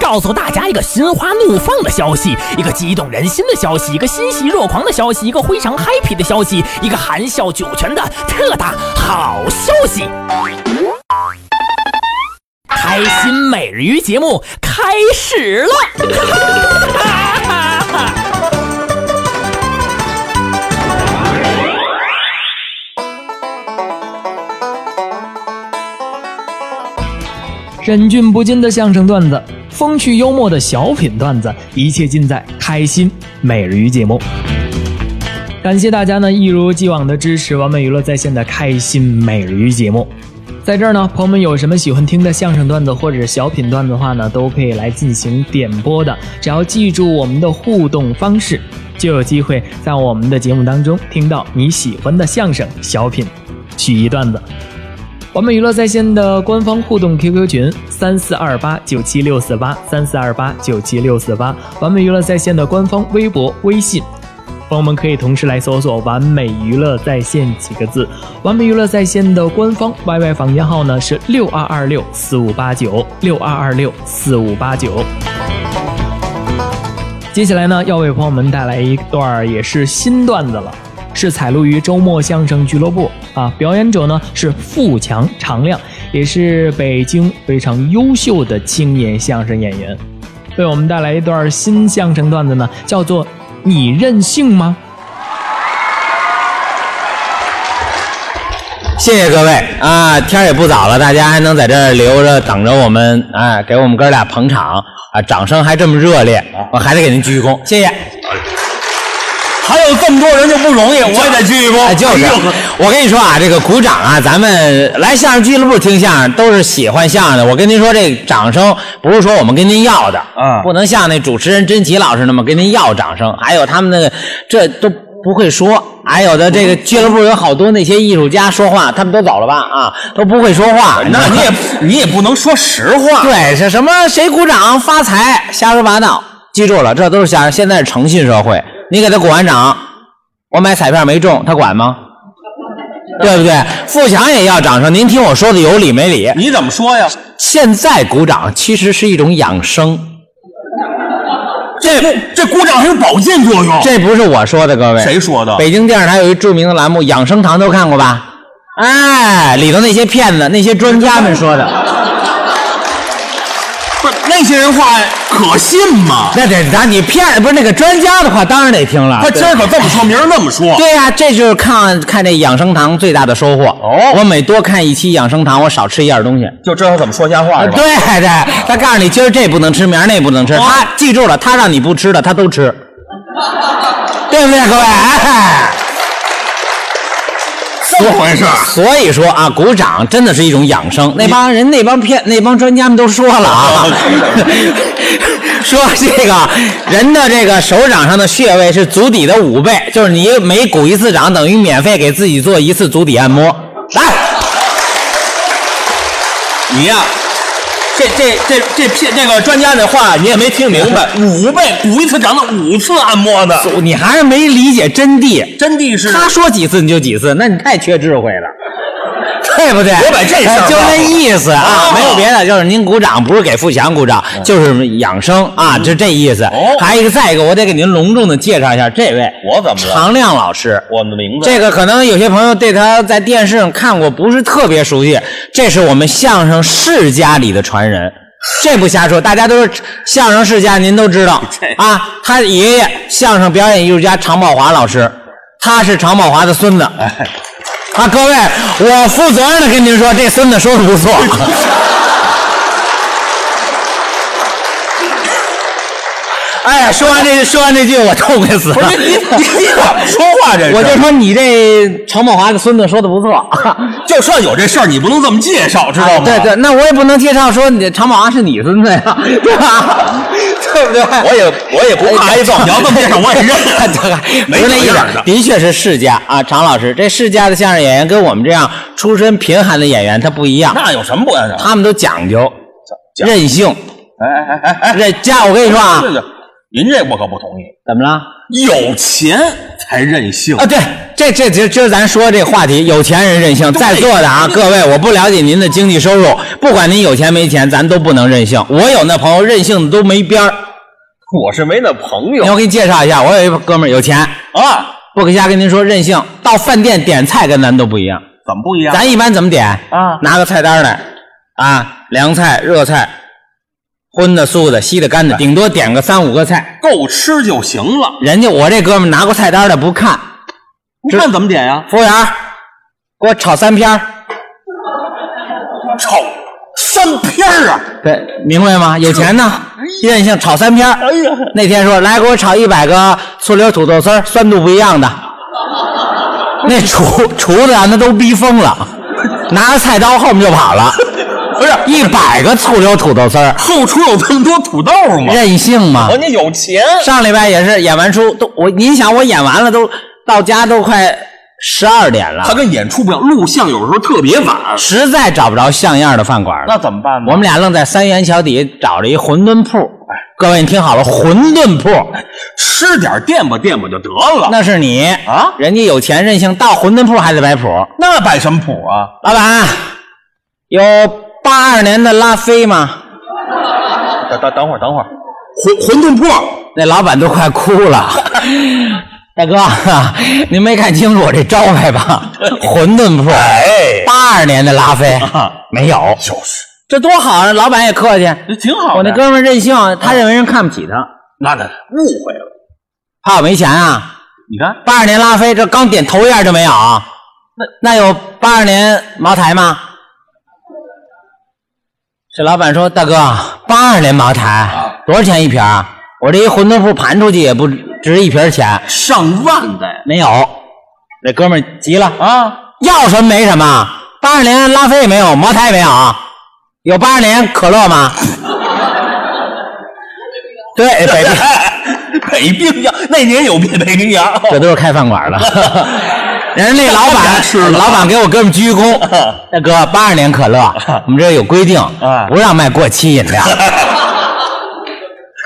告诉大家一个心花怒放的消息，一个激动人心的消息，一个欣喜若狂的消息，一个非常 happy 的消息，一个含笑九泉的特大好消息！开心每日鱼节目开始了。忍俊不禁的相声段子，风趣幽默的小品段子，一切尽在开心每日鱼节目。感谢大家呢一如既往的支持完美娱乐在线的开心每日鱼节目。在这儿呢，朋友们有什么喜欢听的相声段子或者是小品段子的话呢，都可以来进行点播的。只要记住我们的互动方式，就有机会在我们的节目当中听到你喜欢的相声、小品、曲艺段子。完美娱乐在线的官方互动 QQ 群三四二八九七六四八三四二八九七六四八，完美娱乐在线的官方微博、微信，朋友们可以同时来搜索“完美娱乐在线”几个字。完美娱乐在线的官方 YY 房间号呢是六二二六四五八九六二二六四五八九。接下来呢，要为朋友们带来一段儿也是新段子了。是采录于周末相声俱乐部啊，表演者呢是富强常亮，也是北京非常优秀的青年相声演员，为我们带来一段新相声段子呢，叫做“你任性吗 谢谢各位啊！天儿也不早了，大家还能在这儿留着等着我们，哎，给我们哥俩捧场啊！掌声还这么热烈，我还得给您鞠一躬，谢谢。还有这么多人就不容易，我也得鞠一躬。哎，就是，我跟你说啊，这个鼓掌啊，咱们来相声俱乐部听相声都是喜欢相声的。我跟您说，这掌声不是说我们跟您要的，嗯不能像那主持人甄奇老师那么跟您要掌声。还有他们那个，这都不会说。还有的这个俱乐部有好多那些艺术家说话，他们都走了吧？啊，都不会说话。那你也你也不能说实话。对，是什么？谁鼓掌发财？瞎说八道！记住了，这都是瞎。现在是诚信社会，你给他鼓完掌，我买彩票没中，他管吗？对不对？富强也要掌声。您听我说的有理没理？你怎么说呀？现在鼓掌其实是一种养生，这这鼓掌还有保健作用。这不是我说的，各位。谁说的？北京电视台有一著名的栏目《养生堂》，都看过吧？哎，里头那些骗子、那些专家们说的。不是那些人话可信吗？ 那得咱你骗不是那个专家的话，当然得听了。他今儿可这么说，明儿那么说。对呀、这就是看看这养生堂最大的收获。哦，我每多看一期养生堂，我少吃一样东西。就知道怎么说瞎话啊对？对，哦他告诉你今儿这不能吃，明儿那不能吃。他记住了，他让你不吃的，他都吃， 对不对，各位？哎，这么回事儿？所以说啊，鼓掌真的是一种养生。那帮人、那帮骗、那帮专家们都说了 啊，说这个人的这个手掌上的穴位是足底的五倍，就是你每鼓一次掌，等于免费给自己做一次足底按摩。来。你呀、这这这这骗这个专家的话你也没听明白，五倍鼓一次掌的五次按摩的， 你还是没理解真谛。真的是他说几次你就几次，那你太缺智慧 了，对不对？我把这事儿哎就那意思啊，哦嗯没有别的，就是您鼓掌不是给富强鼓掌，就是养生啊，就这意思。哦还有一个，再一个，我得给您隆重的介绍一下这位，我怎么了常亮老师，我们的名字。这个可能有些朋友对他在电视上看过，不是特别熟悉。这是我们相声世家里的传人，这不瞎说，大家都是相声世家，您都知 道啊。他爷爷相声表演艺术家常宝华老师，他是常宝华的 孙子。啊，各位，我负责任的跟您说，这孙子说的不错。 哎呀，说完这说完这句，我痛快死不了是。你你你怎么说话这是？我就说你这常宝华的孙子说的不错，啊就算有这事儿，你不能这么介绍，知道吗？对对，那我也不能介绍说你常宝华是你孙子 呀，对吧？对不哎对？我也我也不怕挨揍，你要这么介绍我也 认，没不是那那意一思点的。的确是世家啊，常老师，这世家的相声演员跟我们这样出身贫寒的演员他不一 样，那有什么不安的？他们都讲究讲任性。哎哎哎哎，这家，我跟你说啊 对，对，您这我可不同意。怎么了？有钱才任性啊，对，这这今今儿咱说这话题，有钱人任性，对在座的啊，各位，我不了解您的经济收入，不管您有钱没钱，咱都不能任性。我有那朋友任性的都没边哎儿，我是没那朋友我给你介绍一下，我有一哥们儿有钱，啊，不跟瞎跟您说任性，到饭店点菜跟咱都不一样。怎么不一样？咱一般怎么点啊？拿个菜单来，啊，凉菜、热菜，荤的、素的、稀的、干的，顶多点个三五个菜。够吃就行了。人家我这哥们儿拿过菜单的不看，你看怎么点呀？服务员儿给我炒三片儿炒三片儿啊！对，明白吗？有钱呢，哎任性炒三片儿。那天说来给我炒一百个醋溜土豆丝儿，酸度不一 样的。那厨厨子啊，那都逼疯了，拿着菜刀后面就跑 了。哎不是一百个醋溜土豆丝儿，后厨有这么多土豆吗？任性嘛。家有钱，上礼拜也是演完出，都我您想我演完了都到家都快十二点了他，跟演出不一样，录像有时候特别晚。实在找不着像样的饭馆了。怎么办我们俩愣在三元桥底下找着一馄饨铺，哎各位你听好了，馄饨铺。吃点垫吧垫吧就得了。那是你啊人家有钱任性，到馄饨铺还得摆谱。那摆什么谱啊？老板，有八二年的拉菲吗？等等等会儿，等会儿，馄馄饨铺那老板都快哭 了。大哥，您没看清楚我这招牌吧？馄饨铺，哎啊八二年的拉菲没有，就是，这多好啊！老板也客气。这挺好的。我那哥们儿任性，他认为人看不起他，那那误会了，怕我没钱啊？你看八二年拉菲，这刚点头一下就没有啊？那那有八二年茅台吗？这老板说：“大哥，啊八二年茅台多少钱一瓶儿？我这一馄饨铺盘出去也不值一瓶钱，上万的呀 没有。”这哥们儿急了啊，要什么没什么，八二年拉菲也没有，茅台也没有，啊有八二年可乐吗？对，北冰，北冰洋那年有北冰 洋，这都是开饭馆的。人家那老板 吃了老板给我哥们鞠 躬，大哥，八二年可乐，我们这有规定，啊不让卖过期饮料。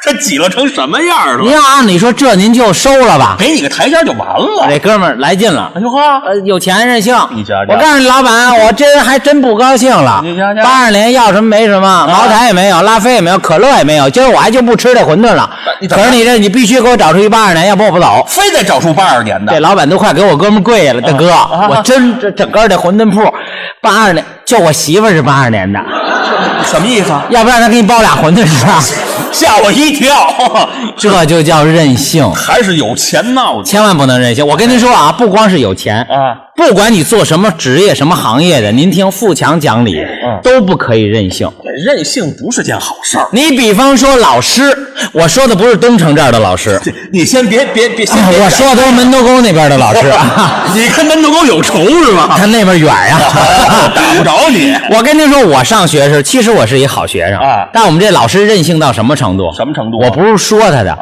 这挤了成什么样您了？要按理说这您就收了吧。给你个台阶就完了。这哥们儿来劲 了，哎呦呵，呃，有钱任性。你瞧瞧我告诉你，老板，我这人还真不高兴了你瞧瞧。啊八二年要什么没什么，茅台也没有，拉菲也没有，可乐也没有。今儿我还就不吃这馄饨了你。怎可么是你这，你必须给我找出一八二年，要不我不走。非得找出八二年这的，老板都快给我哥们跪下嗯了，大哥，啊我真这整个这馄饨铺，八二年，就我媳妇儿是八二 年的，什么意思？啊？要不然他给你包俩馄饨吃 啊？吓我一跳，这就叫任性，还是有钱闹的千万不能任性。我跟您说啊，不光是有钱，啊！不管你做什么职业、什么行业的，您听富强讲理，嗯都不可以任性。任性不是件好事儿。你比方说老师，我说的不是东城这儿的老 师，你先别别别，先别我说说的都是门头沟那边的老 师，啊，你跟门头沟有仇是吗？他那边远呀、 打不着你，我跟您说，我上学时，其实我是一好学生啊但我们这老师任性到什么程度？什么程度啊我不是说他的啊，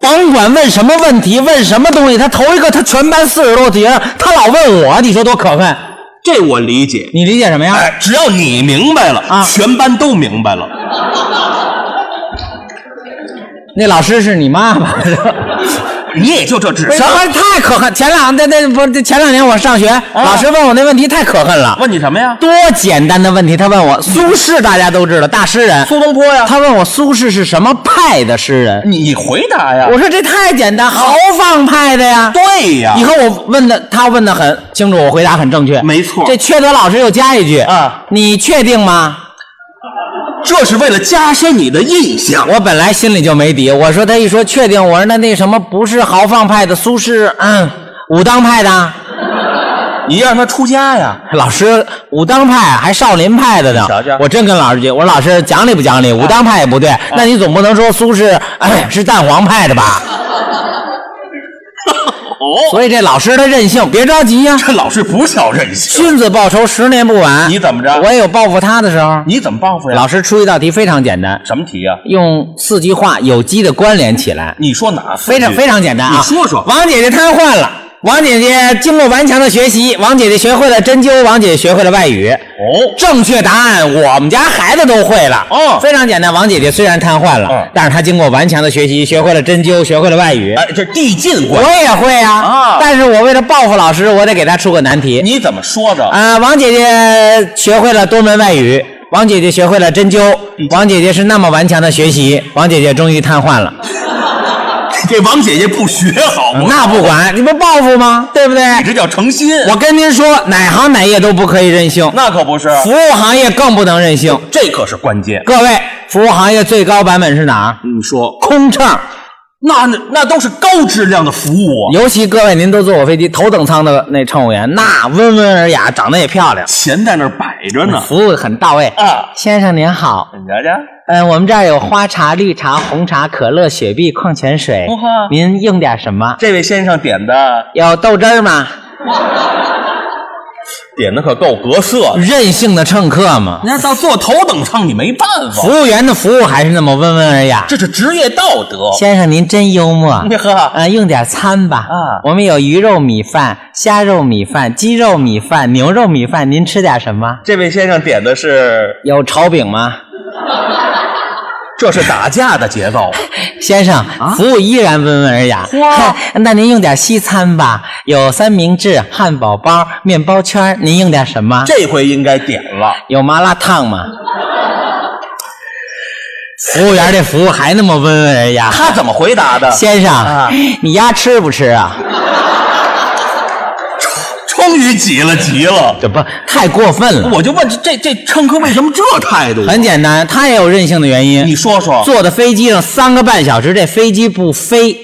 甭管问什么问题，问什么东西，他头一个，他全班四十多题，他老问我，你说多可愤？这我理解。你理解什么呀？哎，只要你明白了，啊全班都明白了。那老师是你妈 吧？你也就这智什商。么太可恨？前两那那不前两年我上学，老师问我那问题太可恨了。啊问你什么呀？多简单的问题，他问我苏轼，大家都知道，大诗人苏东坡呀。他问我苏轼是什么派的诗人，你你回答呀。我说这太简单，豪放派的呀。啊对啊呀以，后我问的他问的很清楚，我回答很正确，没错这缺德老师又加一句啊，你确定吗？这是为了加深你的印象。我本来心里就没底，我说他一说确定，我说那那什么不是豪放派的苏轼，嗯，武当派的，你让他出家呀！啊老师，武当派啊还少林派的呢瞧瞧。啊我真跟老师去，我说老师讲理不讲理？武当派也不对，那你总不能说苏轼哎是蛋黄派的 吧？哦所以这老师他任性，别着急呀、这老师不叫任性，君子报仇，十年不晚。你怎么着我也有报复他的时候。你怎么报复呀？老师出一道题非常简单，什么题呀？用四句话有机的关联起来。你说哪四非句？常非常简单啊！你说说王姐姐瘫痪了。王姐姐经过顽强的学习，王姐姐学会了针灸，王姐姐学会了外语。哦，正确答案，我们家孩子都会了。哦非常简单。王姐姐虽然瘫痪了，嗯但是她经过顽强的学习，学会了针灸，学会了外语。哎，这递进我关系，也会啊，啊但是我为了报复老师，我得给她出个难题。你怎么说的？啊、王姐姐学会了多门外语，王姐姐学会了针灸，王姐姐是那么顽强的学习，王姐姐终于瘫痪了。哎嗯这王姐姐不学好吗？那不管，你不报复吗？对不对？你这叫诚心。我跟您说，哪行哪业都不可以任性，那可不是，啊服务行业更不能任性。这可是关键。各位，服务行业最高版本是哪儿？你说，空乘。那那都是高质量的服务啊，尤其各位，您都坐过飞机头等舱的那乘务员，那温文尔雅，长得也漂亮，钱在那儿摆着呢。服务很到位。啊，先生您好，你瞧瞧，嗯，我们这儿有花茶、绿茶、红茶、可乐、雪碧、矿泉水哦呵，您用点什么？这位先生点的有豆汁儿吗？点的可够格色的。任性的乘客嘛，那到坐头等舱你没办服法，务员的服务还是那么温文尔雅。这是职业道德。先生您真幽 默。呵，呃，用点餐吧。啊我们有鱼肉米饭、虾肉米饭、鸡肉米饭、牛肉米饭，您吃点什么？这位先生点的是，有炒饼吗？这是打架的节 奏。先生，啊服务依然温文尔雅。哇， 那您用点西餐吧，有三明治、汉堡包、面包圈，您用点什么？这回应该点了，有麻辣烫吗？服务员这服务还那么温文尔雅。他怎么回答的？先生，啊你丫吃不吃啊？终于急了，急了。这不太过分了。我就问这这这乘客为什么这态度？很简单，他也有任性的原因。哎你说说，坐的飞机上三个半小时，这飞机不飞，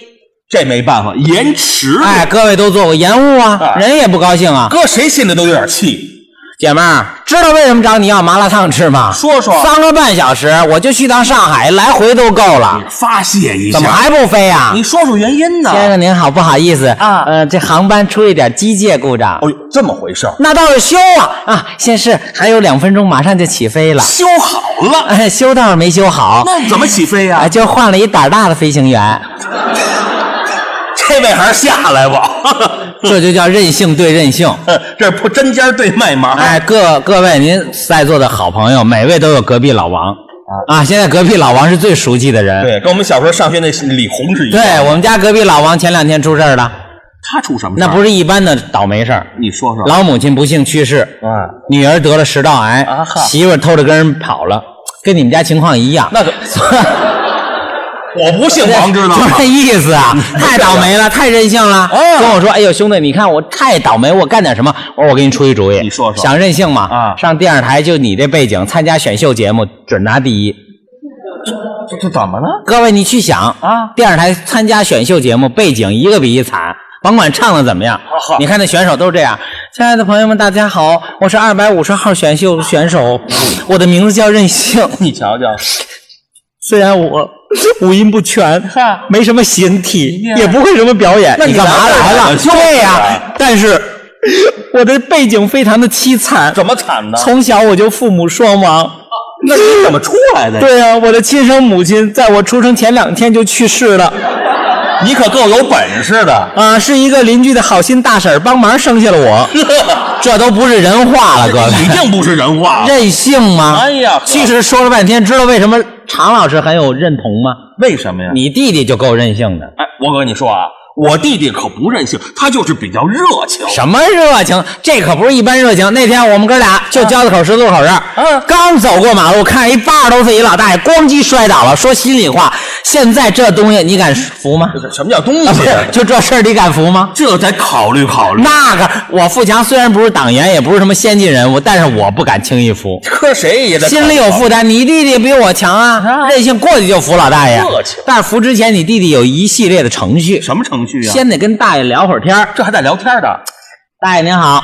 这没办法，延迟。哎，各位都坐过延误啊，哎人也不高兴啊。搁谁心里都有点气。姐们儿，知道为什么找你要麻辣烫吃吗？说说三个半小时，我就去趟上海，来回都够了，发泄一下。怎么还不飞啊呀、你说说原因呢？先生您好，不好意思啊呃，这航班出一点机械故障，哦呦，这么回事儿，那倒是修啊啊，先是还有两分钟，马上就起飞了，修好了，哎，修倒是没修好，那哎怎么起飞呀、啊，就换了一胆儿大的飞行员，这位还是下来吧。 这就叫任性对任性。这不针尖对麦芒。哎，各各位，您在座的好朋友，每位都有隔壁老王啊。现在隔壁老王是最熟悉的人。嗯对，跟我们小时候上学那李红是一对样。，我们家隔壁老王前两天出事儿了，他出什么事那儿？不是一般的倒霉事儿。你说说。老母亲不幸去世，啊，女儿得了食道癌啊，哈媳妇儿偷着跟人跑了，跟你们家情况一样。 那个，我不姓王，知道就吗这？意思啊， 太倒霉了，太任性了。哦跟我说，哎呦，兄弟，你看我太倒霉，我干点什么？我说我给你出一主意，你说说想任性嘛？啊上电视台就你这背景，参加选秀节目准拿第一。这这怎么了？各位，你去想啊电视台参加选秀节目，背景一个比一惨，甭管唱的怎么样好。你看那选手都是这样。亲爱的朋友们，大家好，我是二百五十号选秀选手，我的名字叫任性，嗯 你瞧瞧，虽然我五音不全，没什么形体，也不会什么表演。啊那你干嘛来来了 了？就是啊对呀，但是我的背景非常的凄惨，怎么惨呢？从小我就父母双亡。那你怎么出来的？，对啊，我的亲生母亲在我出生前两天就去世了。你可够有本事的。啊，是一个邻居的好心大婶儿帮忙生下了我， 这都不是人话了，各位，一定不是人 话。任性吗？哎呀其实说了半天，知道为什么常老师很有认同吗？为什么呀？你弟弟就够任性的，哎，我跟你说啊，我弟弟可不任性，他就是比较热情。什么热情？这可不是一般热情。那天我们哥俩就交子口十字路口这儿，嗯刚走过马路，看一八十多岁一老大爷咣叽摔倒了。说心里话，现在这东西你敢服吗？什么叫东啊，不西是呀？，就这事儿你敢服吗？这得考虑考虑。那个，我富强虽然不是党员，也不是什么先进人物，但是我不敢轻易服，磕谁也得心里有负担。你弟弟比我强啊，任性过去就服老大爷客气。但是服之前，你弟弟有一系列的程序，什么程序啊？先得跟大爷聊会儿天儿。这还在聊天的，大爷您好，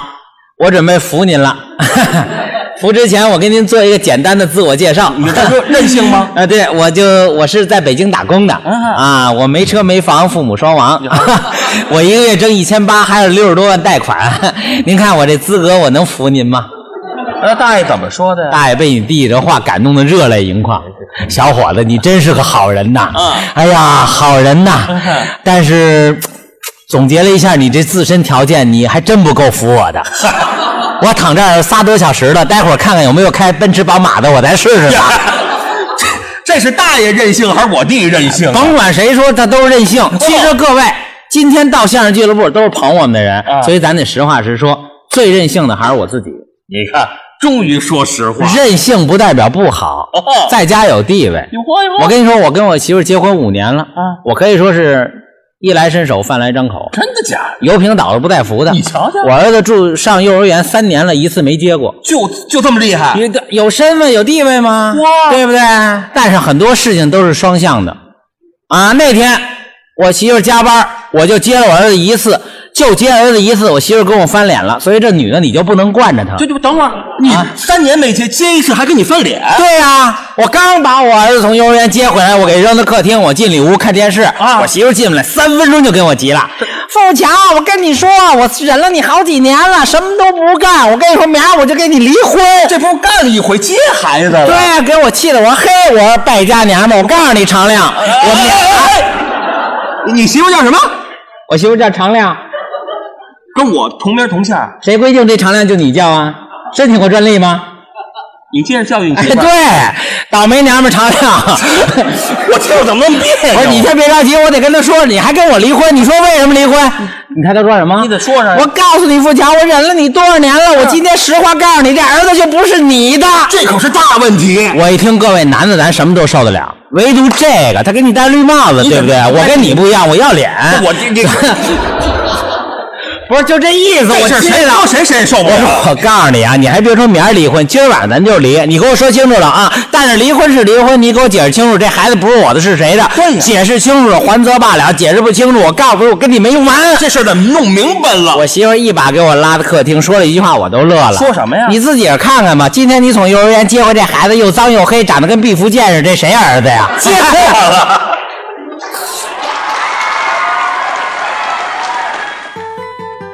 我准备服您了。 服之前，我给您做一个简单的自我介绍。？你这不任性吗 啊，对，我就我是在北京打工的啊，我没车没房，父母双亡， 我一个月挣一千八，还有六十多万贷款。 您看我这资格，我能服您吗？那大爷怎么说 的呀？大爷被你弟这话感动得热泪盈眶，小伙子，你真是个好人呐！嗯哎呀，好人呐！但是总结了一下你这自身条件，你还真不够服我的。我躺这儿仨多小时了，待会儿看看有没有开奔驰宝马的，我再试试吧。这是大爷任性还是我弟任性啊？ 甭管谁说他都是任性。其实各位，今天到相声俱乐部都是捧我们的人，所以咱得实话实说，最任性的还是我自己。你看，终于说实话。任性不代表不好，哦在家有地位。你活一啊我跟你说，我跟我媳妇儿结婚五年了，我可以说是衣来伸手，饭来张口，真的假的？油瓶倒了不带扶的。你瞧瞧我儿子住上幼儿园三年了，一次没接过。就就这么厉害？有有身份有地位吗？啊哇对不对？但是很多事情都是双向的啊。那天我媳妇儿加班，我就接了我儿子一次，就接儿子一次，我媳妇儿跟我翻脸了。所以这女的你就不能惯着她。就就等会儿，你三年没接，接一次还跟你翻脸，对呀、我刚把我儿子从幼儿园接回来，我给扔到客厅，我进里屋看电视。啊我媳妇进来，三分钟就跟我急了：“凤强，我跟你说，我忍了你好几年了，什么都不干。我跟你说，明儿我就跟你离婚。”这不是干了一回接孩子了？对，呀，给我气的，我说嘿，我说败家娘们儿，我告诉你常亮，我们哎哎哎你媳妇叫什么？我媳妇叫常亮，跟我同名同姓。谁规定这常亮就你叫啊？申请过专利吗？你接着教育你哎，媳妇。对，倒霉娘们儿常亮，我听着怎么那么别我说扭？你先别着急，我得跟他说，你还跟我离婚，你说为什么离婚？你看他说什么？你得说上我告诉你，富强，我忍了你多少年了，我今天实话告诉你，这儿子就不是你的。这可是大问题。我一听各位男的，咱什么都受得了，唯独这个，他给你戴绿帽子，对不对？我跟你不一样，我要脸。我这 这不是就这意思，我这事气儿谁了到。谁谁受不我了？说哎我告诉你啊，你还别说明儿离婚，今儿晚上咱就离。你给我说清楚了啊！但是离婚是离婚，你给我解释清楚，这孩子不是我的是谁的？对呀解释清楚了还则罢了，解释不清楚，我告诉你，我跟你没完。这事儿得弄明白了。我媳妇儿一把给我拉到客厅，说了一句话，我都乐了。说什么呀你自己儿看看吧。今天你从幼儿园接回这孩子，又脏又黑，长得跟毕福剑似的，这谁儿子呀？接错了。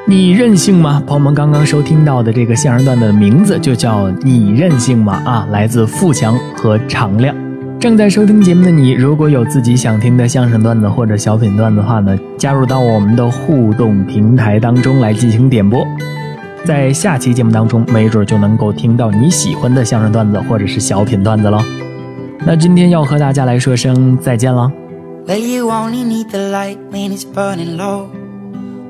你任性吗？朋友们刚刚收听到的这个相声段的名字就叫《你任性吗》啊，来自富强和常亮。正在收听节目的你，如果有自己想听的相声段子或者小品段子的话呢，加入到我们的互动平台当中来进行点播。在下期节目当中，没准就能够听到你喜欢的相声段子或者是小品段子喽。那今天要和大家来说声再见了。 Well, you only need the light when it's burning low.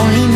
only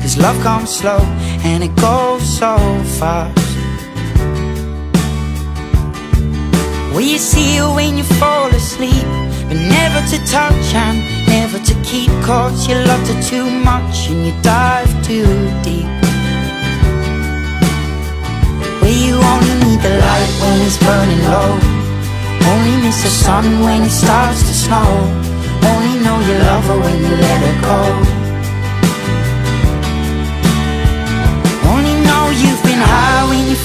Cause love comes slow and it goes so fast. Will you see her when you fall asleep? But never to touch and never to keep. Cause you loved her too much and you dive too deep. Where you only need the light when it's burning low. Only miss the sun when it starts to snow. Only know you love her when you let her go. Only know you've been high when you're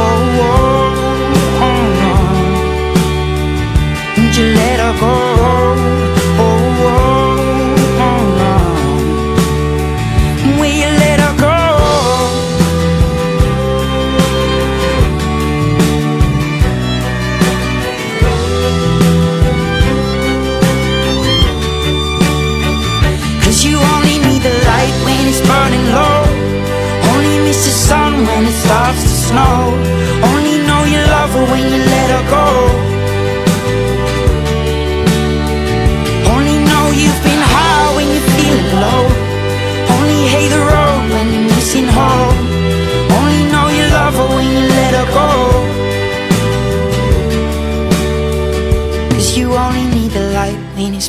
Oh, oh, oh, oh. And you let her go. Oh, oh, oh, oh. Will you let her go? Cause you only need the light when it's burning low. Only miss the sun when it starts to snow. Only know you love her when you let her go. Only know you've been high when you're feeling low. Only hate the road when you're missing home. Only know you love her when you let her go. Cause you only need the light when it's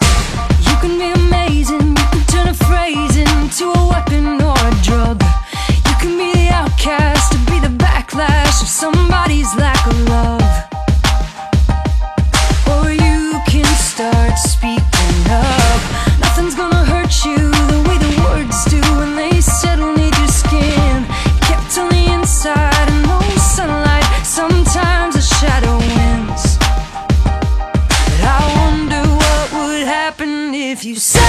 You can be amazing, turn a phrase into a weapon or a drug. You can be the outcast, be the backlash of somebody's lack of love. Or you can start speaking up. Nothing's gonna hurt you the way the words do when they settle need your skin. Kept on the inside and no sunlight. Sometimes a shadow wins. But I wonder what would happen if you said